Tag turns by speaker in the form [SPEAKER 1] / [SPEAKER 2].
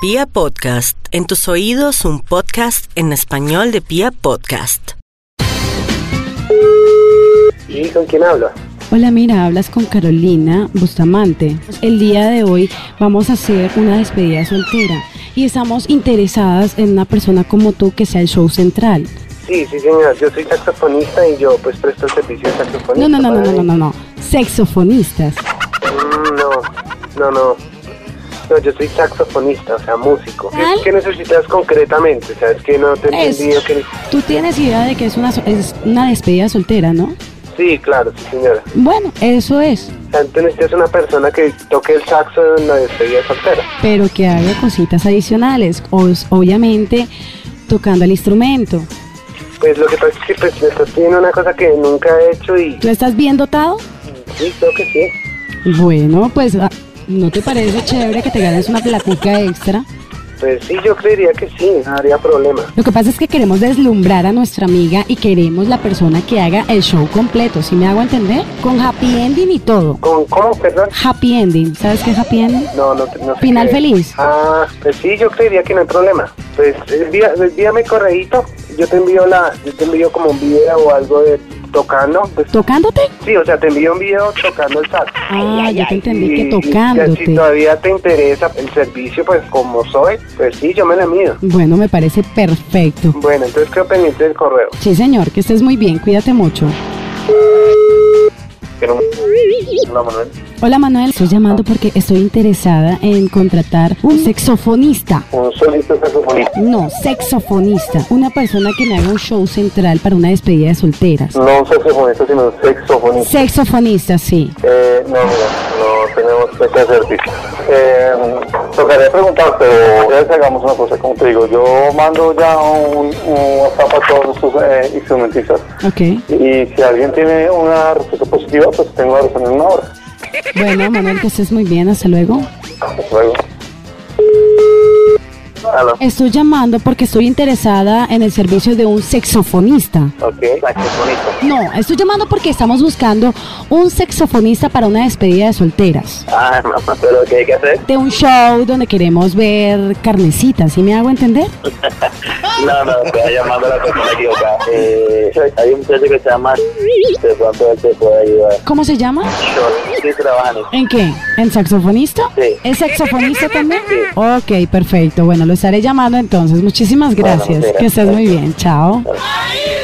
[SPEAKER 1] Pia Podcast, en tus oídos un podcast en español de Pia Podcast.
[SPEAKER 2] ¿Y con quién hablo?
[SPEAKER 3] Hola, mira, hablas con Carolina Bustamante. El día de hoy vamos a hacer una despedida soltera y estamos interesadas en una persona como tú que sea el show central.
[SPEAKER 2] Sí, sí, señor. Yo soy saxofonista y yo pues presto el servicio de saxofonista.
[SPEAKER 3] No, no, no, no,
[SPEAKER 2] para
[SPEAKER 3] no, no,
[SPEAKER 2] mí.
[SPEAKER 3] no, no. Sexofonistas.
[SPEAKER 2] Mm, No, no, no. No, yo soy saxofonista, o sea, músico. ¿Qué,
[SPEAKER 3] ¿Tal?
[SPEAKER 2] qué necesitas concretamente? O sea, es que no te he
[SPEAKER 3] Es-
[SPEAKER 2] entendido que...
[SPEAKER 3] Tú tienes idea de que es una, so- es una despedida soltera, ¿no?
[SPEAKER 2] Sí, claro, sí, señora.
[SPEAKER 3] Bueno, eso es.
[SPEAKER 2] O sea, tú necesitas una persona que toque el saxo en la despedida soltera.
[SPEAKER 3] Pero que haga cositas adicionales, os- obviamente tocando el instrumento.
[SPEAKER 2] Pues lo que pasa es que pues, me estás pidiendo una cosa que nunca he hecho y...
[SPEAKER 3] ¿Tú estás bien dotado?
[SPEAKER 2] Sí, creo que sí.
[SPEAKER 3] Bueno, pues, ah, ¿no te parece chévere que te ganes una platica extra?
[SPEAKER 2] Pues sí, yo creería que sí, no habría problema.
[SPEAKER 3] Lo que pasa es que queremos deslumbrar a nuestra amiga y queremos la persona que haga el show completo, si me hago entender, con happy ending y todo.
[SPEAKER 2] ¿Con, ¿Cómo? Perdón.
[SPEAKER 3] Happy ending, ¿sabes qué es happy ending?
[SPEAKER 2] No, no, no sé
[SPEAKER 3] Final
[SPEAKER 2] qué.
[SPEAKER 3] feliz.
[SPEAKER 2] Ah, pues sí, yo creería que no hay problema. Pues envía- envíame correíto, yo te envío la, yo te envío como un video o algo de tocando, pues
[SPEAKER 3] ¿Tocándote?
[SPEAKER 2] sí, o sea, te envío un video tocando el sax.
[SPEAKER 3] Ah, ya te entendí que
[SPEAKER 2] Y- y si
[SPEAKER 3] tocándote.
[SPEAKER 2] todavía te interesa el servicio, pues como soy, pues sí, yo me la mido.
[SPEAKER 3] Bueno, me parece perfecto.
[SPEAKER 2] Bueno, entonces quedo pendiente del correo.
[SPEAKER 3] Sí, señor, que estés muy bien, cuídate mucho.
[SPEAKER 2] Pero- Hola, Manuel.
[SPEAKER 3] Hola Manuel, estoy llamando porque estoy interesada en contratar un saxofonista.
[SPEAKER 2] Un solista saxofonista.
[SPEAKER 3] No, saxofonista. Una persona que me haga un show central para una despedida de solteras.
[SPEAKER 2] No un saxofonista, sino un sexofonista.
[SPEAKER 3] Saxofonista, sí.
[SPEAKER 2] Eh, no, no, no tenemos fecha de servicio. Eh, tocaría preguntarte, o ya que hagamos una cosa como te digo, yo mando ya un, un WhatsApp a todos sus eh, instrumentistas
[SPEAKER 3] Ok.
[SPEAKER 2] y si alguien tiene una respuesta positiva, pues tengo la razón en una hora.
[SPEAKER 3] Bueno, Manuel, que estés muy bien, hasta luego.
[SPEAKER 2] Hasta luego. Aló.
[SPEAKER 3] Estoy llamando porque estoy interesada en el servicio de un sexofonista.
[SPEAKER 2] Ok, saxofonista.
[SPEAKER 3] No, estoy llamando porque estamos buscando un sexofonista para una despedida de solteras.
[SPEAKER 2] Ah, no, pero ¿qué hay que hacer?
[SPEAKER 3] De un show donde queremos ver carnecitas, ¿sí me hago entender?
[SPEAKER 2] No, no, está llamando a la persona equivocada. Eh, hay un precio que se llama... De pronto él te puede ayudar.
[SPEAKER 3] ¿Cómo se llama?
[SPEAKER 2] Yo, sí, trabajan en
[SPEAKER 3] ¿En qué? ¿En saxofonista?
[SPEAKER 2] Sí.
[SPEAKER 3] ¿Es saxofonista también? Ok, perfecto. Bueno, lo estaré llamando entonces. Muchísimas gracias.
[SPEAKER 2] muchas
[SPEAKER 3] Que estés muy
[SPEAKER 2] gracias.
[SPEAKER 3] bien. Chao.
[SPEAKER 2] Gracias.